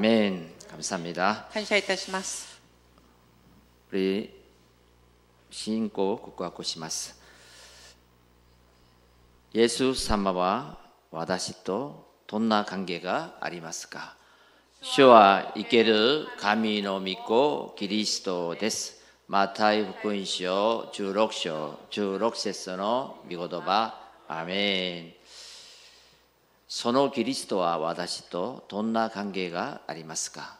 아멘. 감사합니다. 感謝いたします。 우리 신고 국가고 시마스. 예수 사마와 와다시 또 돈나 관계가 아리마스까? 쇼와 이케르 가미노 믿고 그리스도 데스. 마타이 복음쇼 주록쇼 주록세스노 미고도바 아멘. そのキリストは私とどんな関係がありますか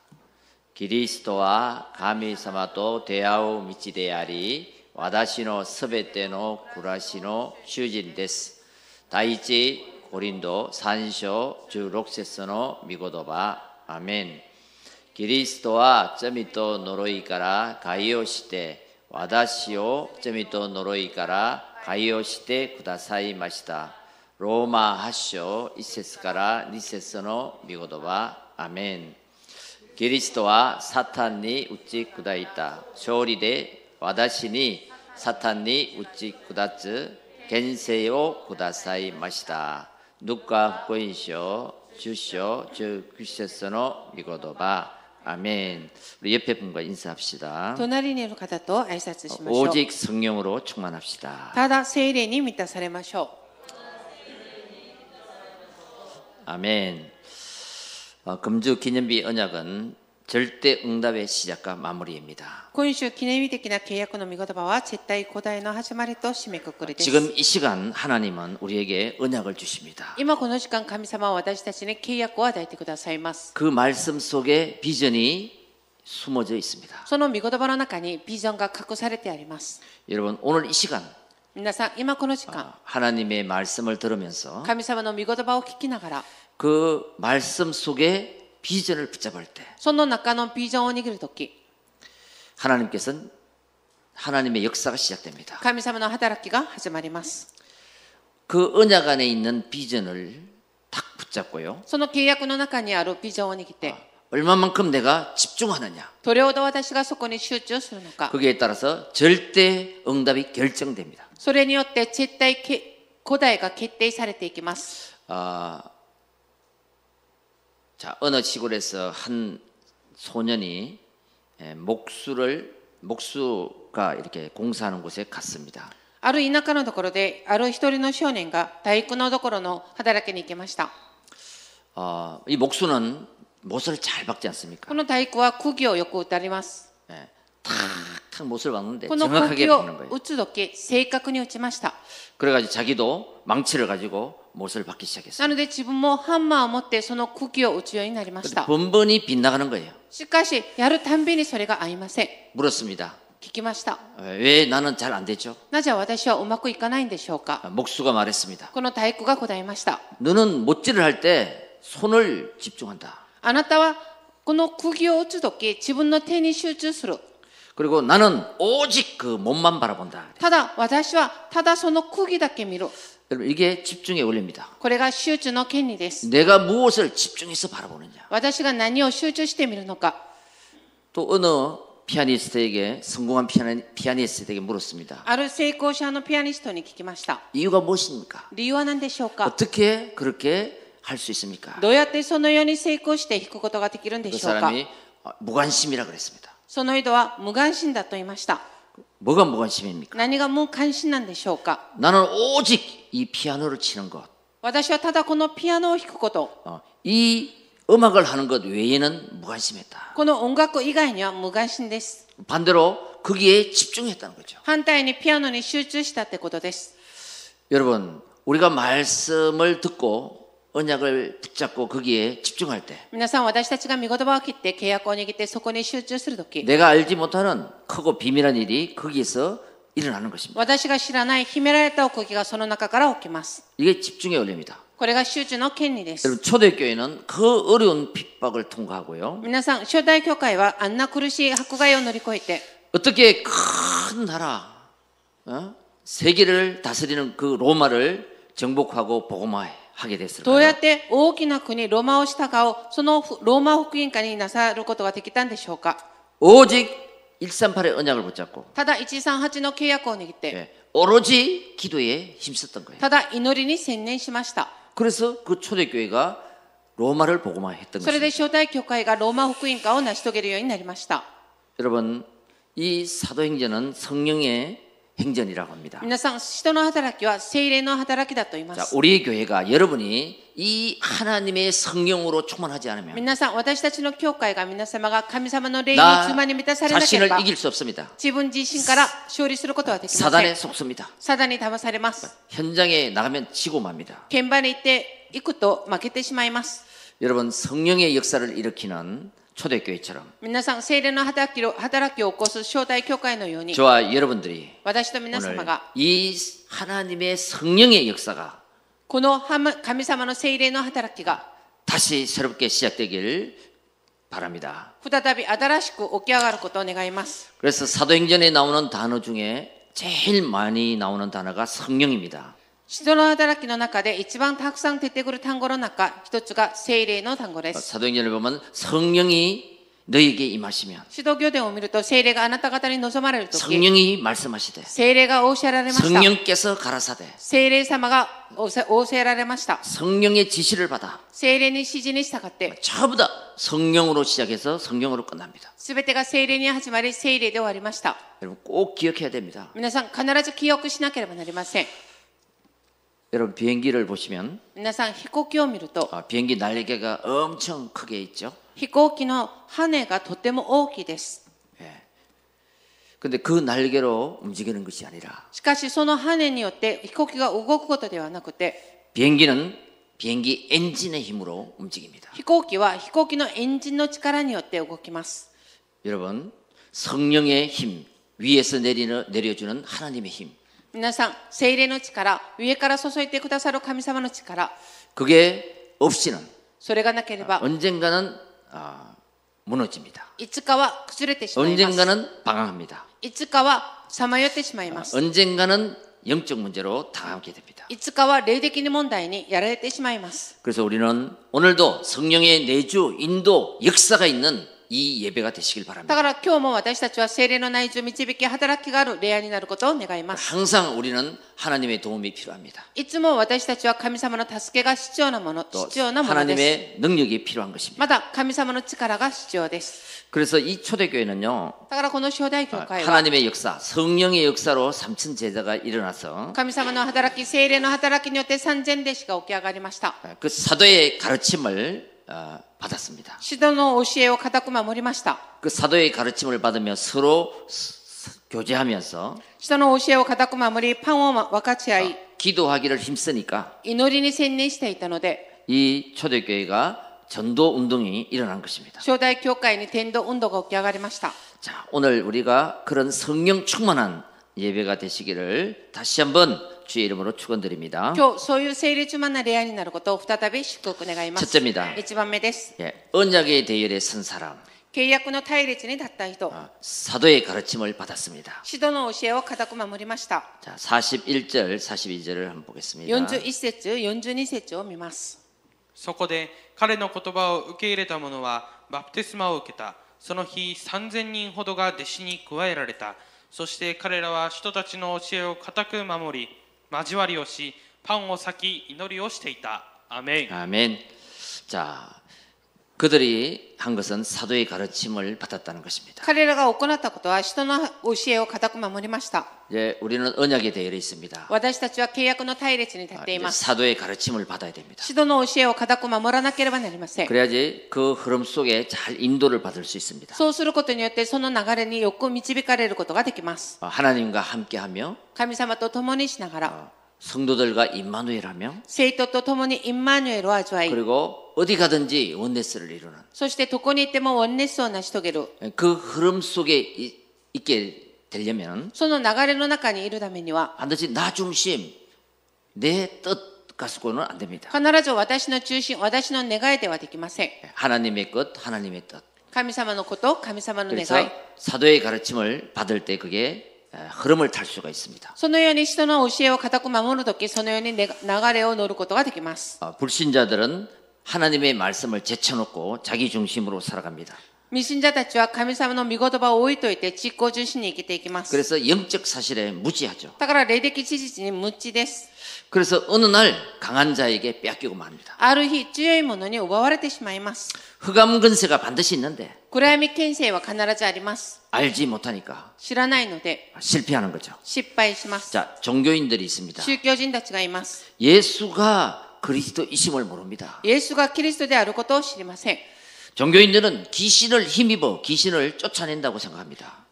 キリストは神様と出会う道であり、私のすべての暮らしの主人です。第一コリンド3章16節の御言葉、アメン。キリストは罪と呪いから解をして、私を罪と呪いから解をしてくださいました。ローマ8章1節から2節の御言葉、アメン。キリストはサタンに打ち砕いた勝利で私にサタンに打ち砕つ権勢をくださいました。ルカ福音書10章19節の御言葉。アメン。우리옆에분과인사합시다 隣にいる方と挨拶しましょう。 오직 성령으로 충만합시다. ただ聖霊に満たされましょ 아멘. 어, 금주 기념비 언약은 절대 응답의 시작과 う 마무리입니다. 。今週記念日的な契約の御言葉は絶対古代の始まりと締めくくりです。 지금 이 시간 하나님은 우리에게 언약을 주십니다. 今この時間神様は私たちに契約を与えてくださいます。 그 말씀 속에 비전이 숨어져 있습니다. その御言葉の中にビジョンが隠されてあります。 여러분 오늘 이 시간 皆さん今この時間 하나님의 말씀을 들으면서 神様の御言葉を聞きながら 그 말씀 속에 비전을 붙잡을 때 その中のビジョンを握るとき 하나님께서는 하나님의 역사가 시작됩니다. 神様の働きが始まります。 그 언약 안에 있는 비전을 탁 붙잡고요. その契約の中にあるビジョンを握って、 얼마만큼 내가 집중하느냐 どれほど私がそこに集中するのか。 거기에 따라서 절대 응답이 결정됩니다. それによって絶対け答えが決定されていきます。 아, 자 어느 시골에서 한 소년이 예, 목수를 목수가 이렇게 공사하는 곳에 갔습니다. ある田舎のところで、ある一人の少年が大工のところの働きに行きました。 어, 이 목수는 못을 잘 박지 않습니까? この大工は釘をよく打たれます。 예, 탁탁 못을 박는데 この 정확하게 釘 박는 を 거예요. 打つ時、正確に打ちました。 그래가지고 자기도 망치를 가지고 못을 박기 시작했어요. なので自分もハンマーを持ってその釘を打つようになりまし 근데 た。 번번이 빗나가는 거예요. しかし、やるたんびにそれが合いません。 물었습니다. 聞きました。 어, 왜 나는 잘 안 되죠? なぜ私はうまくいかないんでしょうか 아, 목수가 말했습니다. この太鼓が答えました。 너는 못질을 할 때 손을 집중한다. あなたはこの釘を打つ時自分の手に集中する。 그리고 나는 오직 그 몸만 바라본다. ただ私はただその釘だけ見る。 여러분 이게 집중의 원리입니다. これが集中の権利です。 내가 무엇을 집중해서 바라보느냐. 私が何を集中してみるのか。 또 어느 피아니스트에게 성공한 피아니, 피아니스트에게 물었습니다. ある成功者のピアニストに聞きました。 이유가 무엇입니까? 理由は何でしょうか 어떻게 그렇게 할 수 있습니까? どうやってそのように成功して弾くことができるんで 그 しょうか 사람이 아, 무관심이라 그랬습니다. その人は無関心だと言いました。 뭐가 무관심입니까? 何が無関心なんでしょうか 나는 오직 이 피아노를 치는 것, 私はただこのピアノを弾くこと、 어, 이 음악을 하는 것 외에는 무관심했다. この音楽以外には無関心です。 반대로 거기에 집중했다는 거죠. 反対にピアノに集中したってことです。 여러분, 우리가 말씀을 듣고 언약을 붙잡고 거기에 집중할 때 皆さん、私たちが見言葉を切って契約を握ってそこに集中するとき、 내가 알지 못하는 크고 비밀한 일이 거기에서 일어나는 것입니다. 私が知らない秘められた奥義がその中から起きます。 이게 집중의 원리입니다. これが集中の権利です。 여러분, 초대교회는 그 어려운 핍박을 통과하고요. 皆さん、初代教会はあんな苦しい迫害を乗り越えて、 어떻게 큰 나라, 어? 세계를 다스리는 그 로마를 정복하고 복음화하게 どう 됐을까요? やって大きな国、ロマを従う、そのローマ福音家になさることができたんでしょうか。 오직 138의 언약을 붙잡고 ただ138の契約を握って、 예, 오로지 기도에 힘썼던 거예요. ただ祈りに専念しました。 그래서 그 초대교회가 로마를 보고만 했던 それで 것입니다. 初代教会がローマ福音化を成し遂げるようになりました。 여러분, 이 사도행전은 성령의 행전이라고 합니다. 皆さん、人の働きは精霊の働きだと言いま 자, す。 우리 교회가 여러분이 이 하나님의 성령으로 충만하지 않으면 皆さん、私たちの教会が皆様が神様の霊に 나 妻に満たされなけれ 자신을 ば、 이길 수 없습니다. 自分自身から勝利することはできませ 사단에 ん。 속습니다. サダンに騙されます。 현장에 나가면 지고 맙니다. 現場に行っていくと負けてしまいます。 여러분, 성령의 역사를 일으키는 초대교회처럼 皆さん、精霊の働きを働きを起こす招待教会のように、 저와 여러분들이 私と皆 오늘 様が、 이 하나님의 성령의 역사가 この神様の精霊の働きが、 다시 새롭게 시작되길 바랍니다. 再び新しく起き上がることを願います。 그래서 사도행전에 나오는 단어 중에 제일 많이 나오는 단어가 성령입니다. 人の働きの中で一番たくさん出てくる単語の中、一つが精霊の単語です。 사도행전을 보면 성령이 너희에게 임하시면 指導教典を見ると、精霊があなた方に望まれるとき、 성령이 말씀하시되 精霊が仰せられました。 성령께서 가라사대 精霊様が仰せられました。 성령의 지시를 받아 精霊に指示に従って、 전부 다 성령으로 시작해서 성령으로 끝납니다. すべてが精霊に始まり、精霊で終わりました。 여러분 꼭 기억해야 됩니다. 皆さん、必ず記憶しなければなりません。 여러분 비행기를 보시면 皆さん、飛行機を見ると、 아, 비행기 날개가 엄청 크게 있죠. 飛行機の羽がとても大きいです。 근데 그 날개로 움직이는 것이 아니라 しかし、その羽によって飛行機が動くことではなくて、 비행기는 비행기 엔진의 힘으로 움직입니다. 飛行機は飛行機のエンジンの力によって動きます。 여러분 성령의 힘 위에서 내리는 내려주는 하나님의 힘 皆さん、精霊の力、上から注いでくださる神様の力、 그게 없이는 それがなければ、 언젠가는 아, 무너집니다. いつかは崩れてしまいます。 언젠가는 방황합니다. いつかはさまよってしまいます。 언젠가는 영적 문제로 당하게 됩니다. いつかは霊的に問題にやられてしまいます。 그래서 우리는 오늘도 성령의 내주 인도 역사가 있는 이 예배가 되시길 だ 바랍니다. から今日も私たちは精霊の内住導き働きがある霊愛になることを願います。 항상 우리는 하나님의 도움이 필요합니다. いつも私たちは神様の助けが必要なもの、 또 必要なものです。 하나님의 능력이 필요한 것입니다. まだ神様の力が必要です。 그래서 이 초대교회는요 だからこの初代教会は 하나님의 역사, 성령의 역사로 삼천 제자가 일어나서 神様の働き、精霊の働きによって三千弟子が起き上がりました。 그 사도의 가르침을 어, 받았습니다. 指導の教えを固く守りました。 그 사도의 가르침을 받으며 서로 스- 스- 교제하면서 人の教えを固く守り、パンを分かち合い、 기도하기를 힘쓰니까 祈りに専念していたので、 이 초대교회가 전도 운동이 일어난 것입니다. 初代教会に天道運動が起き上がりました。 자, 오늘 우리가 그런 성령 충만한 예배가 되시기를 다시 한번 주의 이름으로 축원드립니다. 今日、そういう精霊充満な恋愛になることを再び祝福願います。 첫째입니다 一番目です。 예, 언약의 대열에 선 사람, 契約の対立に立った人、 아, 사도의 가르침을 받았습니다. 指導の教えを固く守りました。 자, 41절, 42절을 한번 보겠습니다. 41節、42節を見ます。そこで彼の言葉を受け入れた者はバプテスマを受けたその日3000人ほどが弟子に加えられたそして彼らは人たちの教えを固く守り交わりをしパンを裂き祈りをしていたアメン 아멘. 자, 그들이 한 것은 사도의 가르침을 받았다는 것입니다. 彼らが行ったことは、人の教えを固く守りました。 이제 우리는 언약의 대열에 있습니다. 私たちは契約の対立に立っ 아, てい 이제 ます。 사도의 가르침을 받아야 됩니다. 指導の教えを固く守らなければなりません。 그래야지 그 흐름 속에 잘 인도를 받을 수 있습니다. そうすることによって、その流れによく導かれることができます。 아, 하나님과 함께하며 神様と共にしながら、 성도들과 임마누엘하며 生徒と共にインマニュエルを味 네. わい、 그리고 어디 가든지 원네스를 이루는 そしてどこに行ってもワンネスを成し遂げる。 그 흐름 속에 이- 있게 되려면 その流れの中にいるためには、 반드시 나 중심 내 뜻 가지고는 안 됩니다. 必ず私の中心、私の願いではできません。 하나님의 뜻, 하나님의 뜻. 神様のこと、神様の願 그래서 い。 사도의 가르침을 받을 때 그게 에, 흐름을 탈 수가 있습니다. そのように人の教えを固く守るとき、そのようにね流れを乗ることができます。 어, 불신자들은 하나님의 말씀을 제쳐놓고 자기 중심으로 살아갑니다. 未信者たちは神様の御言葉を置いといて実行重視に生きていきます 그래서 영적 사실에 무지하죠. だから霊的事実に無知です 그래서 어느 날 강한 자에게 뺏기고 맙니다. ある日強いものに奪われてしまいます 흑암 근세가 반드시 있는데 暗闇牽制は必ずあります 알지 못하니까 知らないので 실패하는 거죠. 失敗します 자, 종교인들이 있습니다. 宗教人たちがいます 예수가 그리스도이심을 모릅니다. イエスがキリストであることを知りません 종교인들은 귀신을 힘입어 귀신을 쫓아낸다고 생각합니다.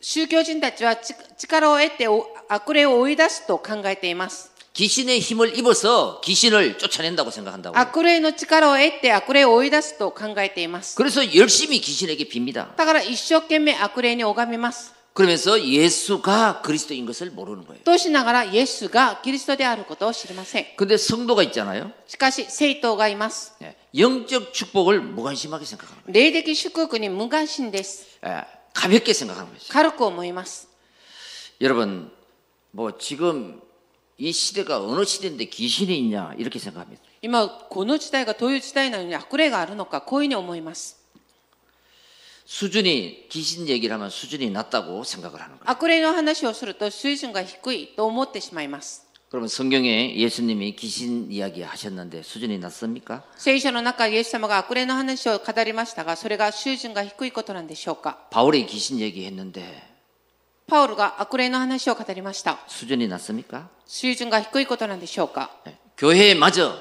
宗教人たちはち力を得てお悪霊を追い出すと考えています 귀신의 힘을 입어서 귀신을 쫓아낸다고 생각한다고. 요 悪霊の力を得て悪霊を追い出すと考えています 그래서 열심히 귀신에게 빕니다. だから一生懸命悪霊に拝みます 그러면서 예수가 그리스도인 것을 모르는 거예요. としながらイエスがキリストであることを知りません 근데 성도가 있잖아요. しかし聖徒がいます 예, 영적 축복을 무관심하게 생각하는 霊的祝福に無関心です 거예요. 예, 가볍게 생각하는 거죠. 軽く思います 여러분, 뭐 지금 이 시대가 어느 시대인데 귀신이 있냐 이렇게 생각합니다. 今この時代がどういう時代なのに悪霊があるのかこういうふうに思います 수준이 귀신 얘기를 하면 수준이 낮다고 생각을 하는 거예요. 悪霊の話をすると水準が低いと思ってしまいます 그러면 성경에 예수님이 귀신 이야기 하셨는데 수준이 낮습니까? 聖書の中イエス様が悪霊の話を語りましたがそれが水準が低いことなんでしょうか 바울이 귀신 얘기했는데 パウルが悪霊の話を語りました 수준이 낮습니까? 水準が低いことなんでしょうか 예, 교회마저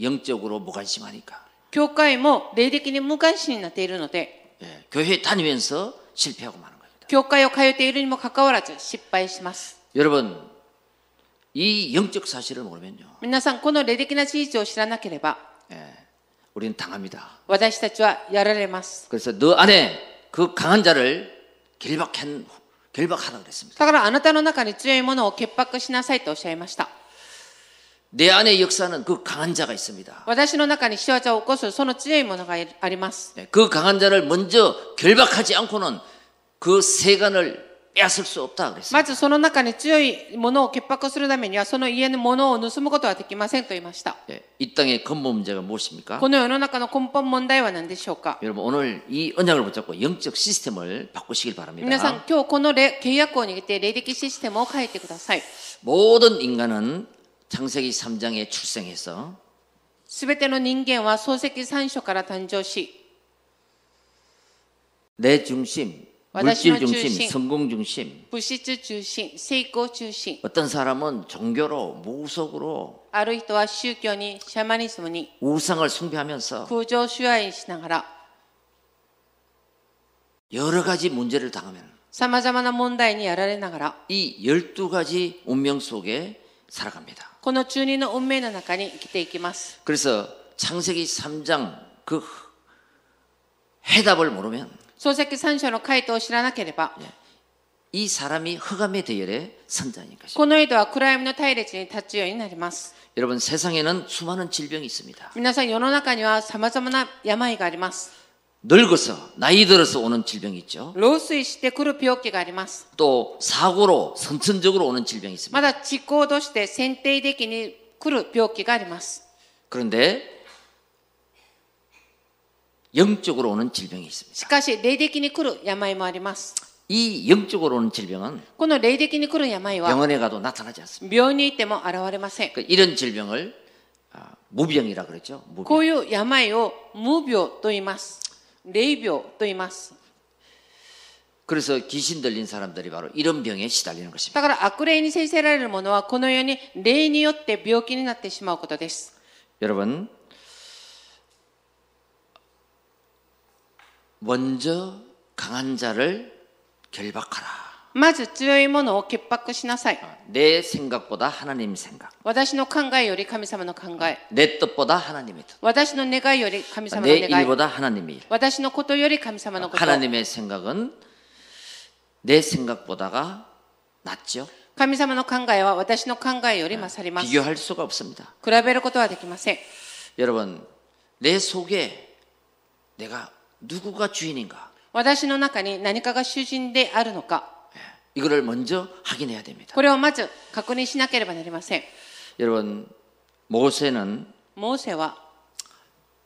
영적으로 무관심하니까 教会も霊的に無関心になっているので 예, 교회 다니면서 실패하고 마는 겁니다. 教会を通っているにもかかわらず失敗します 여러분 이 영적 사실을 모르면요, 皆さんこの霊的な事実を知らなければ 예, 우리는 당합니다. 私たちはやられます 그래서 너 안에 그 강한 자를 결박한 결박하라 그랬습니다. だからあなたの中に強いものを潔白しなさいとおっしゃいました 내 안에 역사는 그 강한 자가 있습니다. 私の中に仕業を起こすその強いものがいるあります 네, 그 강한 자를 먼저 결박하지 않고는 그 세간을 빼앗을 수 없다 그랬습니다. まずその中に強いものを潔白するためにはその家のものを盗むことはできませんと言いました。 예, 이 땅의 근본 문제가 무엇입니까? この世の中の根本問題は何でしょうか 여러분 오늘 이 언약을 붙잡고 영적 시스템을 바꾸시길 바랍니다. 皆さん今日このれ契約を握って霊的システムを変えてください。 모든 인간은 창세기 3장에 출생해서 すべての人間は漱石三書から誕生し、 내 중심, 와다시노 물질 중심, 중심. 성공 중심. 物質中心、成功中心。 어떤 사람은 종교로 무속으로 ある人は宗教に、シャマニズムに、 우상을 숭배하면서 空情支配しながら、 여러 가지 문제를 당하면 様々な問題にやられながら、 이 12가지 운명 속에 살아갑니다. この中二の運命の中に生きていきます。 그래서 창세기 3장 그 해답을 모르면 漱石三書の回答を知らなければ、 이 사람이 흑암의 대열에 선자인 것입니다. この井戸は暗闇の隊列に立つようになります。 여러분 세상에는 수많은 질병이 있습니다. 皆さん世の中には様々な病があります。 늙어서 나이 들어서 오는 질병이 있죠. 老衰してくる病気があります。 또 사고로 선천적으로 오는 질병이 있습니다. まだ実行として選定的に来る病気があります。 그런데 영적으로 오는 질병이 し 있습니다. かし、霊的に来る病もあります。 이 영적으로 오는 질병은 この霊的に来る病は、 병원에 가도 나타나지 않습니다. 病院に行っても現れません。 그러니까 이런 질병을 아, 무병이라 그랬죠. こ 무병. ういう病を無病と言います。霊病と言います。 그래서 귀신 들린 사람들이 바로 이런 병에 시달리는 것입니다. だから悪霊に制せられるものは、この世に霊によって病気になってしまうことです。 여러분 먼저 강한 자를 결박하라. まず強いものを潔白しなさい。 내 생각보다 하나님 생각, 私の考えより神様の考え。 내 뜻보다 하나님의 뜻, 私の願いより神様の 내 願い。 일보다 하나님의 일. 私のことより神様のこと。 하나님의 생각은 내 생각보다가 낫죠. 神様の考えは私の考えより勝ります。比 비교할 수가 없습니다. べることはできません。 여러분, 내 속에 내가 누구가 주인인가? 私の中に何かが主人であるのか、 이거를 먼저 확인해야 됩니다. これをまず確認しなければなりません。 여러분, 모세는 モーセは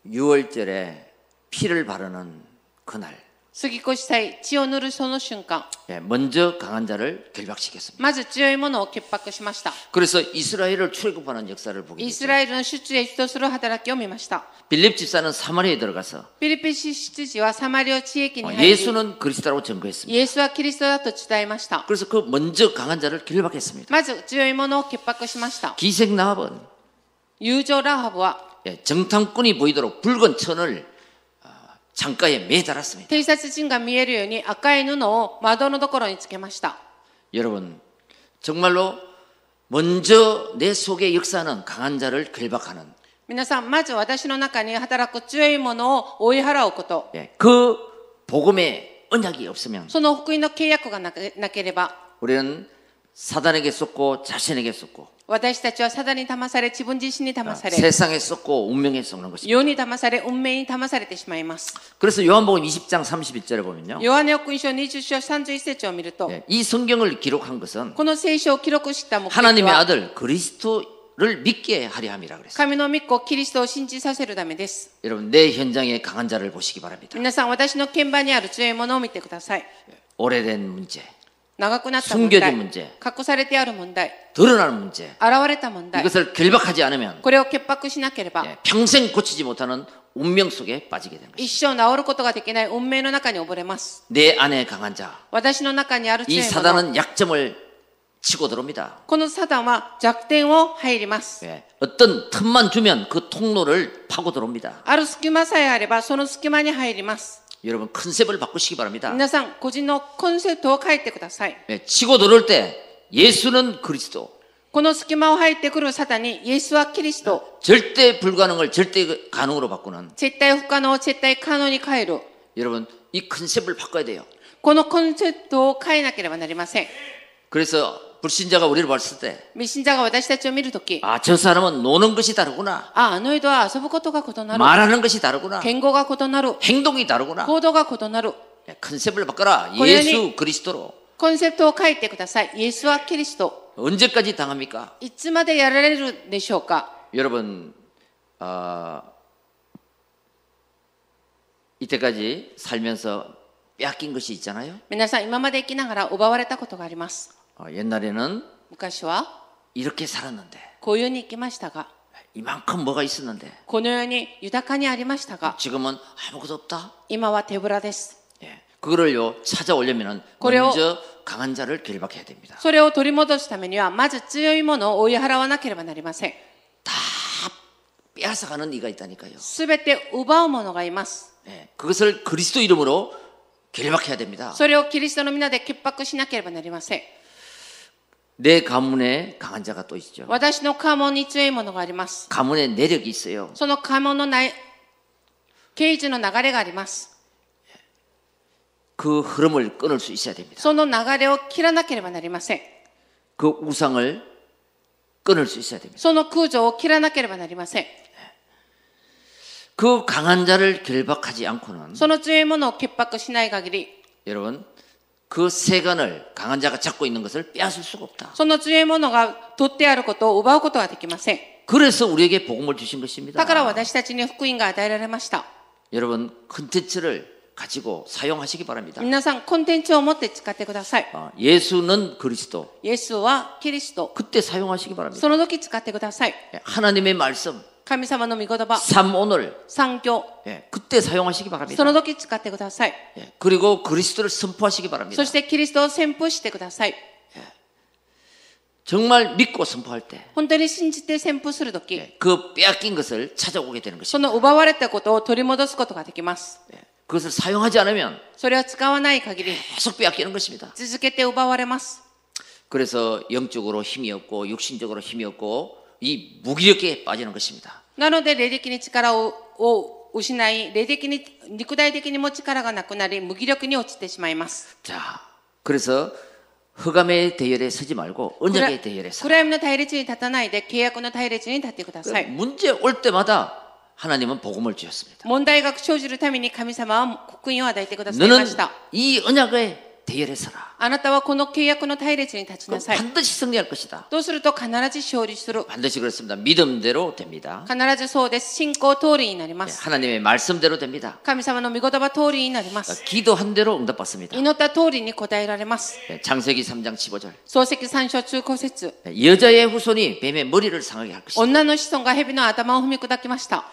6월절에 피를 바르는 그날 杉越祭血を塗るその瞬間 예, 먼저 강한 자를 결박시켰습니다. まず強いものを潔白しました 그래서 이스라엘을 출애굽하는 역사를 보게 イ 됐죠. スラエルの出エジプトする働きを見ました 빌립 집사는 사마리아에 들어가서 ピリピシ執事はサマリオ地域 어, に入り 예수는 그리스도라고 증거했습니다. イエスはキリストだと伝えました 그래서 그 먼저 강한 자를 결박했습니다. まず強いものを潔白しました 기생 나합은 友情ラハブは 예, 정탐꾼이 보이도록 붉은 천을 아, 창가에 매달았습니다. 偵察陣が見えるように赤い布を窓のところにつけました 여러분 정말로 먼저 내 속에 역사하는 강한 자를 결박하는 皆さんまず私の中に働く強いものを追い払うこと 예, 그 복음의 언약이 없으면 その福音の契約がなけなければ 우리는 사단에게 쏟고 자신에게 쏟고 私たちはサダに騙され自分自身に騙され 아, 세상에 쏟고 운명에 쏟는 것입니다. 世に騙され運命に騙されてしまいます 그래서 요한복음 20장 31절에 보면요. ヨハネ福音書20章31節を見ると 예, 이 성경을 기록한 것은 この聖書を記録した目的 하나님의 は 아들 그리스도를 믿게 하려 함이라 그랬어요. 神の御子キリストを信じさせるためです 여러분 내 현장에 강한 자를 보시기 바랍니다. 皆さん私の鍵盤にある強いものを見てください 오래된 문제, 長くな그った問題 숨겨진문제 隠されてある問題 드러나는 문제 現れた問題 이것을 결박하지 않으면 これを潔白しなければ 예, 평생 고치지 못하는 운명 속에 빠지게 되는 것입니다. 一生治ることができない運命の中に溺れます 내 안에 강한 자, 私の中にある이強いもの 사단은 약점을 치고 들어옵니다. このサダンは弱点を入ります 예, 어떤 틈만 주면 그 통로를 파고 들어옵니다. ある隙間さえあればその隙間に入ります 여러분 컨셉을 바꾸시기 바랍니다. 皆さん個人のコンセプトを変えてください 예, 치고 들어올 때 예수는 그리스도, この隙間を入ってくるサタンにイエスはキリスト 절대 불가능을 절대 그 가능으로 바꾸는 絶対不可能を絶対可能に変える 여러분 이 컨셉을 바꿔야 돼요. このコンセプトを変えなければなりません 그래서 불신자가 우리를 봤을 때, 未信者が私たちを見るときあ 아, 저 사람은 노는 것이 다르구나. あの人は遊ぶことが異なる 말하는 것이 다르구나. 言語が異なる 행동이 다르구나. 行動が異なる 예, 컨셉을 바꿔라. 고연히- 예수 그리스도로. コンセプトを書いてください。イエスはキリスト。 언제까지 당합니까? いつまでやられるでしょうか 여러분, 아, 이때까지 살면서 뺏긴 것이 있잖아요. 皆さん、今まで生きながら奪われたことがあります。 어, 옛날에는 昔は、 이렇게 살았는데, こういう世に生きましたが、 이만큼 뭐가 있었는데, 아, この世に豊かにありましたが、 지금은 아무것도 없다. 今は手ぶらです。 예, 그거를요 찾아오려면 고려- 먼저 강한 자를 결박해야 됩니다. それを取り戻すためには、まず強いものを追い払わなければなりません。 빼앗아가는 이가 있다니까요. すべて奪うものがいます。 예, 그것을 그리스도 이름으로 결박해야 됩니다. それをキリストの皆で潔白しなければなりません。 내 가문에 강한 자가 또 있죠. 私の家紋に強いものがあります。 가문에 내력이 있어요. その家紋のない、刑事の流れがあります。 그 흐름을 끊을 수 있어야 됩니다. その流れを切らなければなりません。 그 우상을 끊을 수 있어야 됩니다. その空情を切らなければなりません。 그 강한 자를 결박하지 않고는 その強いものを潔白しない限り、 여러분 그 세간을 강한 자가 잡고 있는 것을 빼앗을 수가 없다. その強いものが取ってあることを奪うことはできません。 그래서 우리에게 복음을 주신 것입니다. だから私たちに福音が与えられました。 여러분 컨텐츠를 가지고 사용하시기 바랍니다. 皆さん、コンテンツを持って使ってください。 어, 예수는 그리스도 イエスはキリスト。 그때 사용하시기 바랍니다. その時使ってください。 예, 하나님의 말씀 神様の御言葉、 삼 오늘 産業。 예, 그때 사용하시기 そ 바랍니다. の時使ってください。 예, 그리고 그리스도를 선포하시기 바랍니다. そしてキリストを宣布してください。 정말 믿고 선포할 때 本当に信じて宣布する時 예, 그 빼앗긴 것을 찾아오게 되는 것입니다. その奪われたことを取り戻すことができます。 예, 그것을 사용하지 않으면 それを使わない限り、 계속 빼앗기는 것입니다. 続けて奪われます。 그래서 영적으로 힘이 없고 육신적으로 힘이 없고 이 무기력에 빠지는 것입니다. なので、霊的に力をを失い、霊的に、肉体的にも力がなくなり、無気力に落ちてしまいます。 자, 그래서 허감의 대열에 서지 말고 暗 언약의 い 대열에 서. 暗闇の対立に立たないで、契約の対立に立ってください。 문제 올 때마다 하나님은 복음을 주셨습니다. 네, 問題が生じるために神様は福音を与えてくださいま 너는 した。 이 언약의 대열에서라. あなたはこの契約の隊列に立ち 그럼 なさい。 반드시 승리할 것이다. どうすると必ず勝利する。 반드시 그렇습니다. 믿음대로 됩니다. 必ずそうです。信仰通りになりま 네, す。 하나님의 말씀대로 됩니다. 神様の御言葉通りになります。 그러니까 기도한 대로 응답받습니다. 祈った通りに答えられます。 네, 창세기 3장 15절. 漱石三章中高節。 여자의 후손이 뱀의 머리를 상하게 할 것이다. 女の子孫が蛇の頭を踏み砕きました。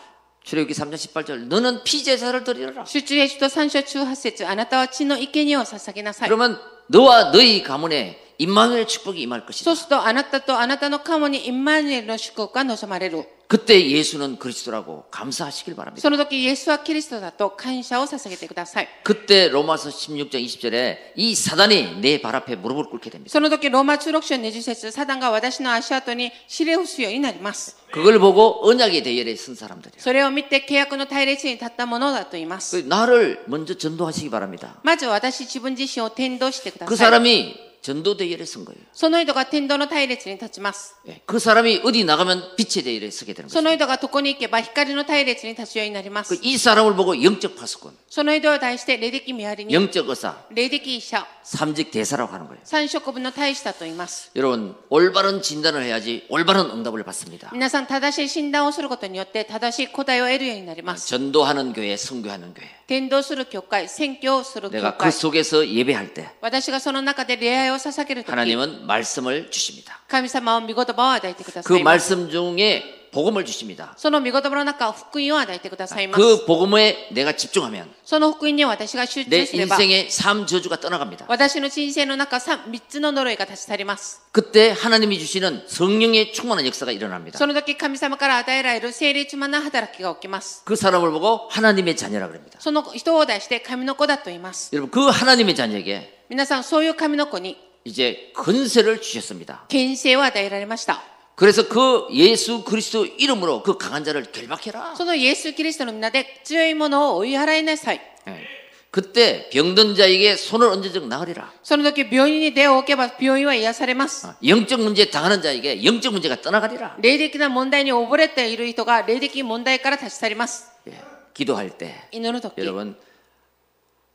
출애굽기 3장 18절. 너는 피제사를 드리라. 出エジプト三章中八節。あなたは血の生贄を捧げなさい。 그러면 너와 너희 가문에 임마누엘 축복이 임할 것이다. そうするとあなたとあなたの家紋にインマニュエルの祝福が望まれる。 그때 예수는 그리스도라고 감사하시길 바랍니다. その時イエスはキリストだと感謝を捧げてください。 그때 로마서 16장 20절에 이 사단이 내 발 앞에 무릎을 꿇게 됩니다. その時ローマ中六章二十節サタンが私の足跡に司令をするようになります。 그걸 보고 언약의 대열에 선 사람들이에요. それを見て契約の対立に立ったものだと言います。 그 나를 먼저 전도하시기 바랍니다. まず私自分自身を天道してくだ 그 さい。 사람이 전도 대열에 선 거예요. その人が天道の対立に立ちます。 예, 그 사람이 어디 나가면 빛의 대열에 서게 되는 そ 거예요. の人がどこに行けば光の対立に立つようになります。 이 사람을 보고 영적 파수꾼, その人を題して霊的見張りに、 영적 의사, 霊的医者、 삼직 대사라고 하는 거예요. 三職分の大使だと言います。 여러분 올바른 진단을 해야지 올바른 응답을 받습니다. 皆さん正しい診断をすることによって正しい答えを得るようになります。 전도하는 교회, 선교하는 교회. 天道する教会、宣教をする教 내가 그 会。 속에서 예배할 때 私がその中で恋愛を捧げる그とき、 하나님은 말씀을 주십니다. 神様は御言葉を与えてく그ださいます。 말씀 중에 복음을 주십니다. その御言葉の中、福音を与えてくださいます。 그 복음에 내가 집중하면 その福音に私が集 내 中すれば、 인생의 삶 저주가 떠나갑니다. 私の人生の中3、三つの呪いが立ち去ります。 그때 하나님이 주시는 성령의 충만한 역사가 일어납니다. その時、神様から与えられる聖霊満な働きが起きます。 그 사람을 보고 하나님의 자녀라 그럽니다. その人を題して神の子だと言います。 여러분 그 하나님의 자녀에게 皆さん、そういう神の子に、 이제 건세를 주셨습니다. 権勢を与えられました。 그래서 그 예수 그리스도 이름으로 그 강한 자를 결박해라. そのイエス・キリストの皆で強いものを追い払いなさい。 예. 그때 병든 자에게 손을 얹어적 나으리라. その時、病院に出を置けば病院は癒されます。 어, 영적 문제 당하는 자에게 영적 문제가 떠나가리라. 霊的な問題に溺れている人が霊的問題から立ち去ります。 예. 기도할 때 祈る時 여러분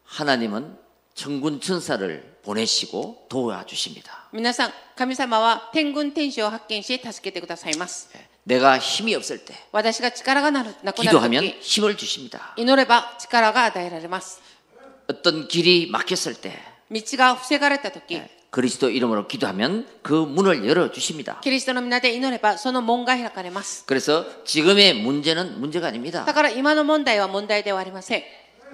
하나님은 천군 천사를 보내시고 도와주십니다. 皆さん、神様は天軍天使を発見し、助けてくださいます。 예. 내가 힘이 없을 때 私が力がなるなくなる 기도하면 時 힘을 주십니다. 祈れば力が与えられます。 어떤 길이 막혔을 때 道が防がれた時 그리스도 이름으로 기도하면 그 문을 열어 주십니다. キリストの皆で祈れば、その門が開かれます。 그래서 지금의 문제는 문제가 아닙니다. だから今の問題は問題ではありません。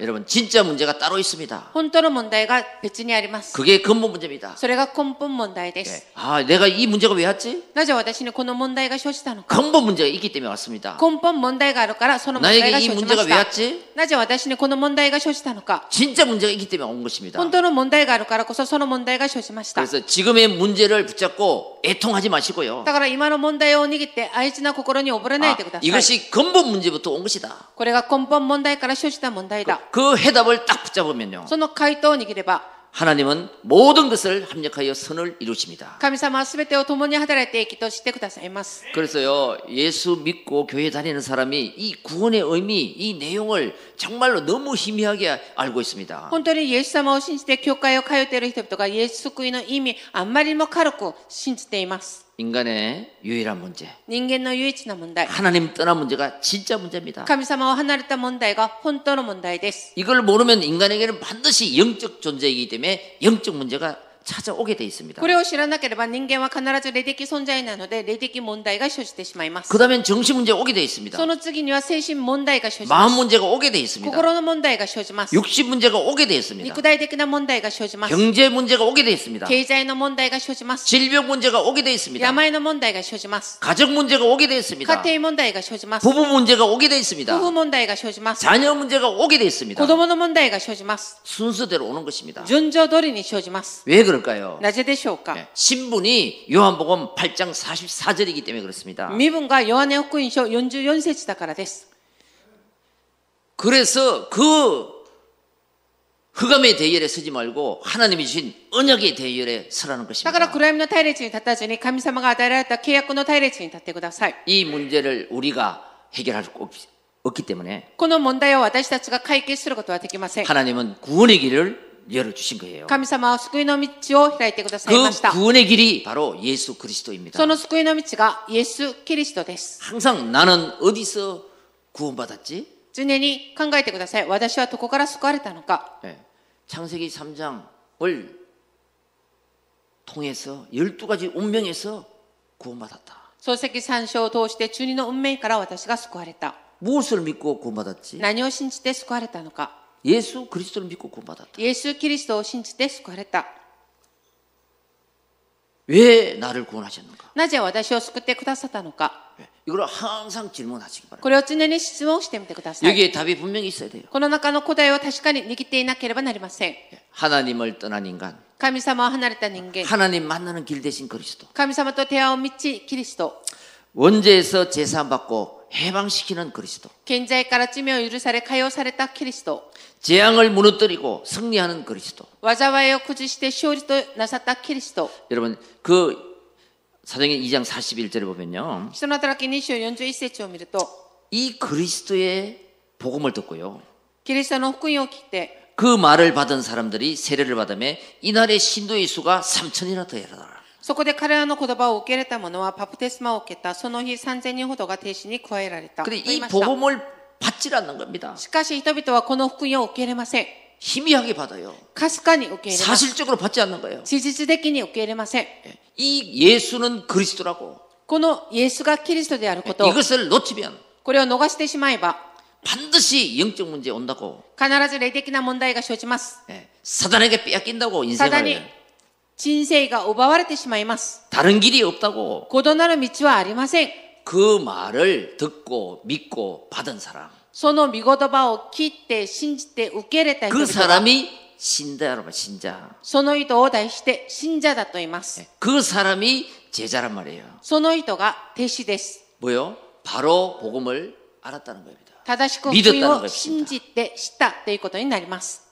여러분 진짜 문제가 따로 있습니다. 本当の問題が別にあります。 그게 근본 문제입니다. それが根本問題で 예. す。 아, 내가 이 문제가 왜 왔지? なぜ私にこの問題が生じたのか。 근본 문제가 있기 때문에 왔습니다. 根本問題があるから、その問 나에게 題が 이 生じま그 문제가 し 왜 た。 왔지? なぜ私にこの問題が生じたのか。 진짜 문제가 있기 때문에 온 것입니다. 本当の問題があるからこそその問題が生じました。だ 그래서 지금의 문제를 붙잡고 애통하지 마시고요. から今の問題を握って愛知な心に溺れない 아, でください。 이것이 근본 문제부터 온 것이다. これが根本問題から生じた問題だ。 그 해답을 딱 붙잡으면요. その回答を握れば、 하나님은 모든 것을 합력하여 선을 이루십니다. 神様は全てを共に働いて益としてくださいます。 그래서요 예수 믿고 교회 다니는 사람이 이 구원의 의미 이 내용을 정말로 너무 희미하게 알고 있습니다. 本当にイエス様を信じて教会を通っている人々がイエス救いの意味、あんまりも軽く信じています。 인간의 유일한 문제 人間の唯一の問題。 하나님 떠난 문제가 진짜 문제입니다. 神様を離れた問題が本当の問題です。 이걸 모르면 인간에게는 반드시 영적 존재이기 때문에 영적 문제가 찾아오게 돼 있습니다. これを知らなければ人間は必ず霊的存在なので、霊的問題が生じてしまいます 그 。 다음엔 정신 문제 오게 돼 そ 있습니다. の次には精神問題が生じま 마음 す。 문제가 오게 돼 있습니다. 心の問題が生じます。 육신 문제가 오게 돼 있습니다. 肉体的な問題が生じます。 경제 문제가 오게 돼 있습니다. 経済の問題が生じます。 질병 문제가 오게 돼 있습니다. 病の問題が生じます。 가정 문제가 오게 돼 家 있습니다. 庭問題が生じます。夫 부부 문제가 오게 돼 있습니다. 婦問題が生じます。 자녀 문제가 오게 돼 있습니다. 子供の問題が生じます。 순서대로 오는 것입니다. 順序通りに生じます。 왜 그럴까요? なぜでしょうか 예, 신분이 요한복음 8장 44절이기 때문에 그렇습니다. 身分がヨハネ福音書44節だからです。 그래서 그 흑암의 대열에 서지 말고 하나님이 주신 언약의 대열에 서라는 だから 것입니다. 暗闇の隊列に立たずに神様が与えられた契約の隊列に立ってください。 이 문제를 우리가 해결할 수 없, 없기 때문에 この問題を私たちが解決することはできません。 하나님은 구원의 길을 열을 주신 거예요. 神様は救いの道を開いてください 그 ました。 구원의 길이 바로 예수 그리스도입니다. その救いの道がイエス・キリストです。 항상 나는 어디서 구원받았지? 常に考えてください。私はどこから救われたのか。 예. 창세기 3장을 통해서 12가지 운명에서 구원받았다. 漱石三章を通して中二の運命から私が救われた。 무엇을 믿고 구원받았지? 何を信じて救われたのか。 예수 그리스도를 믿고 구원받았다. イエス・キリストを信じて救われた。 왜 나를 구원하셨는가? なぜ私を救ってくださったのか。 예. 이걸 항상 질문하시기 바랍니다. これを常に質問してみてください。 여기에 답이 분명히 있어야 돼요. この中の答えを確かに握っていなければなりません。 예. 하나님을 떠난 인간, 神様を離れた人間。 하나님 만나는 길 대신 그리스도. 神様と手合う道、キリスト。 원죄에서 재산 받고 해방시키는 그리스도. 健在から罪を許され、解放されたキリスト。 재앙을 무너뜨리고 승리하는 그리스도. 災いを駆使して勝利となさったキリスト。 여러분 그 사도행전 2장 41절에 보면요. 人の働き2章41節を見ると、 이 그리스도의 복음을 듣고요. キリストの福音を聞いて、 그 말을 받은 사람들이 세례를 받으며 이날의 신도의 수가 3천이나 더하더라. そこで彼らの言葉を受け入れた者はバプテスマを受けた。その日3000人ほどが停止に加えられた。 그런데 と言 이 いました 복음을 받질 않는 겁니다. しかし人々はこの福音を受け入れません。 희미하게 받아요. かすかに受け 네, 入れます。 사실적으로 받지 않는 거예요. 事実的に受け入れません。 이 예수는 그리스도라고 このイエスがキリストであることを、 이것을 놓치면 これを逃してしまえば、 반드시 영적 문제 온다고 必ず霊的な問題が生じます。 예, 사단에게 빼앗긴다고 ただに 인생을 、人生が奪われてしまいます。 다른 길이 없다고 異なる道はありません。 그 말을 듣고 믿고 받은 사람 その見言葉を切って、信じて、受け入れた人 그 々は、 사람이 신자라고 신자 その人を題して、信者だと言います。 그 사람이 제자란 말이에요 その人が弟子です。 뭐요? 바로 복음을 알았다는 겁니다 正しく 믿었다는 福音 것입니다 を信じて、知ったということになります。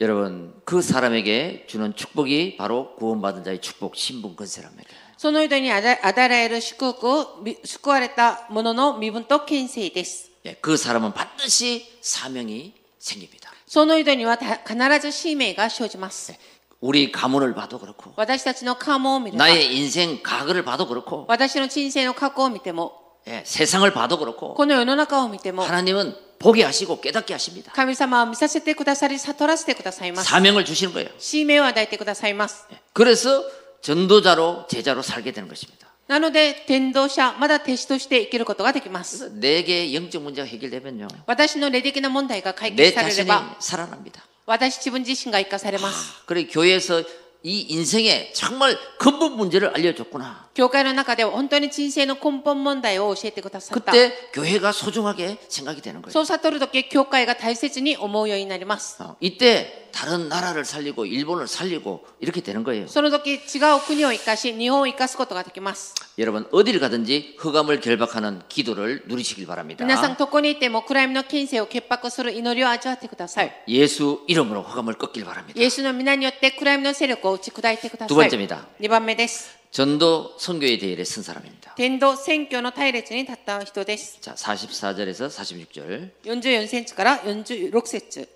여러분 그 사람에게 주는 축복이 바로 구원받은 자의 축복 신분 권세랍니다 その人に与え与えられる祝福を、み救われた者の身分と権勢です。 예, 그 사람은 반드시 사명이 생깁니다 その人にはた必ず使命が生じます。 우리 가문을 봐도 그렇고 私たちの家紋を見れば、 나의 인생 과거를 봐도 그렇고 私の人生の過去を見ても、 예, 세상을 봐도 그렇고 この世の中を見ても、 하나님은 보게 하시고 깨닫게 하십니다 神様は見させてくださり、悟らせてくださいます。 사명을 주시는 거예요 使命を与えてくださいます。 그래서 전도자로 제자로 살게 되는 것입니다. なので、天道者、まだ弟子として生きることができます。 그래서 내게 영적 문제가 해결되면요. 私の霊的な問題が解 내 決されれ 자신이 ば、 살아납니다. 私自分自身が生かされます。 그래 교회에서 이 인생의 정말 근본 문제를 알려줬구나. 教会の中では本当に人生の根本問題を教えてくださった。 그때 교회가 소중하게 생각이 되는 거예요. そう悟るとき、教会が大切に思うようになります。 어, 이때 다른 나라를 살리고 일본을 살리고 이렇게 되는 거예요. その時違う国を生かし、日本を生かすことができます。 여러분 어디를 가든지 흑암을 결박하는 기도를 누리시길 皆さん、 바랍니다. どこにいても暗闇の権勢を潔白する祈りを味わってください。 예수 이름으로 흑암을 꺾길 바랍니다. イエスの皆によって暗闇の勢力を打ち砕いてくだ 두 さい。 번째입니다. 2番目です。 전도 선교의 대열에 선 사람입니다. 天道選挙の隊列に立った人です。 자 44절에서 46절. 44センチから46節。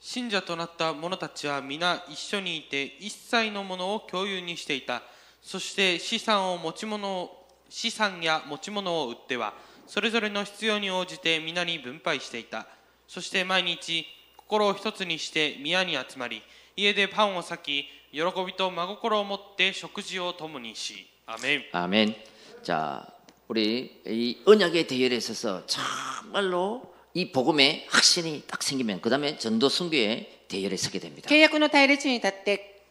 信者となった者たちは皆一緒にいて一切のものを共有にしていたそして資産を持ち物を資産や持ち物を売ってはそれぞれの必要に応じて皆に分配していたそして毎日心を一つにして宮に集まり家でパンを裂き喜びと真心を持って食事を共にしアメン 아멘. 자, 우리 이 언약의 대열에 있어서 정말로 이 복음의 확신이 딱 생기면 그다음에 전도 선교의 대열에 서게 됩니다. 契約の隊列に立って、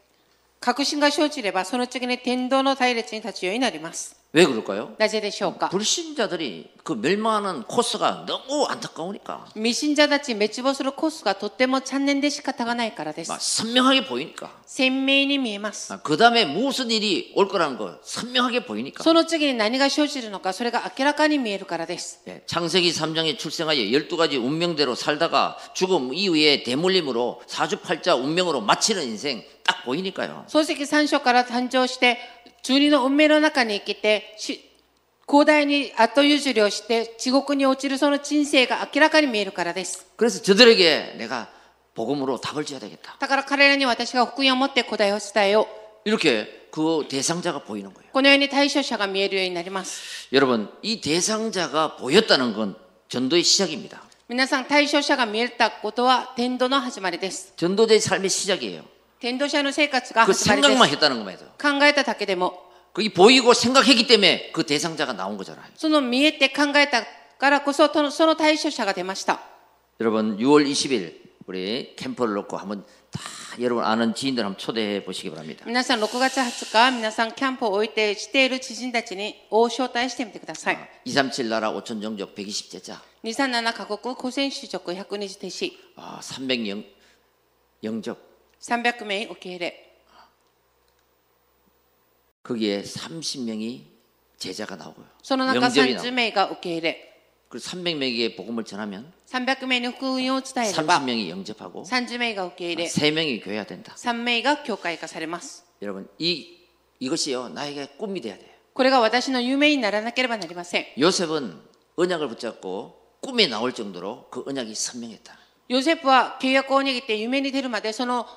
確信が生じれば、その次に天道の隊列に立つようになります。 왜 그럴까요? なぜでしょうか 불신자들이 그 멸망하는 코스가 너무 안타까우니까 未信者たち滅亡するコースがとっても残念で仕方がないからで 막 す。 선명하게 보이니까 鮮明に見えます。 그 다음에 무슨 일이 올 거라는 거 선명하게 보이니까 その次に何が生じるのか、それが明らかに見えるからです。 예, 창세기 3장에 출생하여 12가지 운명대로 살다가 죽음 이후에 대물림으로 사주팔자 운명으로 마치는 인생 딱 보이니까요 漱石三章から誕生して、中二の運命の中に生きて、し広大に後譲りをして地獄に落ちるその人生が明らかに見えるからです。 그래서 저들에게 내가 복음으로 답을 줘야 되겠다. だから彼らに私が福音を持って答えを伝えよ 이렇게 그 대상자가 보이는 거예요. う。このように対象者が見えるようになります。 여러분, 이 대상자가 보였다는 건 전도의 시작입니다. 皆さん、対象者が見えたことは天道の始まりです。 전도자의 삶의 시작이에요. 天道者の生活が 그 始まりです。 생각만 했다는 겁니다. 考えただけでも、 그게 보이고 생각했기 때문에 그 대상자가 나온 거잖아요. その見えて考えたからこそ、そのその対象者が出ました。 여러분, 6월 20일 우리 캠퍼를 놓고 한번 다 여러분 아는 지인들 한번 초대해 보시기 바랍니다. 皆さん、6月20日、皆さん、キャンプを置いてしている知人たちに、を招待してみてください。 237 나라 5천 종족 120제자, 237カ国、古戦種族100日停止、 아, 300 영, 영접, 300名受け入れ。 거기에 30명이 제자가 나오고요. その中 영접이 30 나오고 名が受け入れ、 그 300명에게 복음을 전하면 300名に福音を伝えれば、 30명이 영접하고 30名が受け入れ、 3명이 교회가 된다. 3名が教会化されます。 여러분, 이, 이것이요, 나에게 꿈이 돼야 돼요. これが私の夢にならなければなりません。 요셉은 언약을 붙잡고 꿈에 나올 정도로 그 언약이 선명했다. ヨセフは契約を握って夢に出るまで、その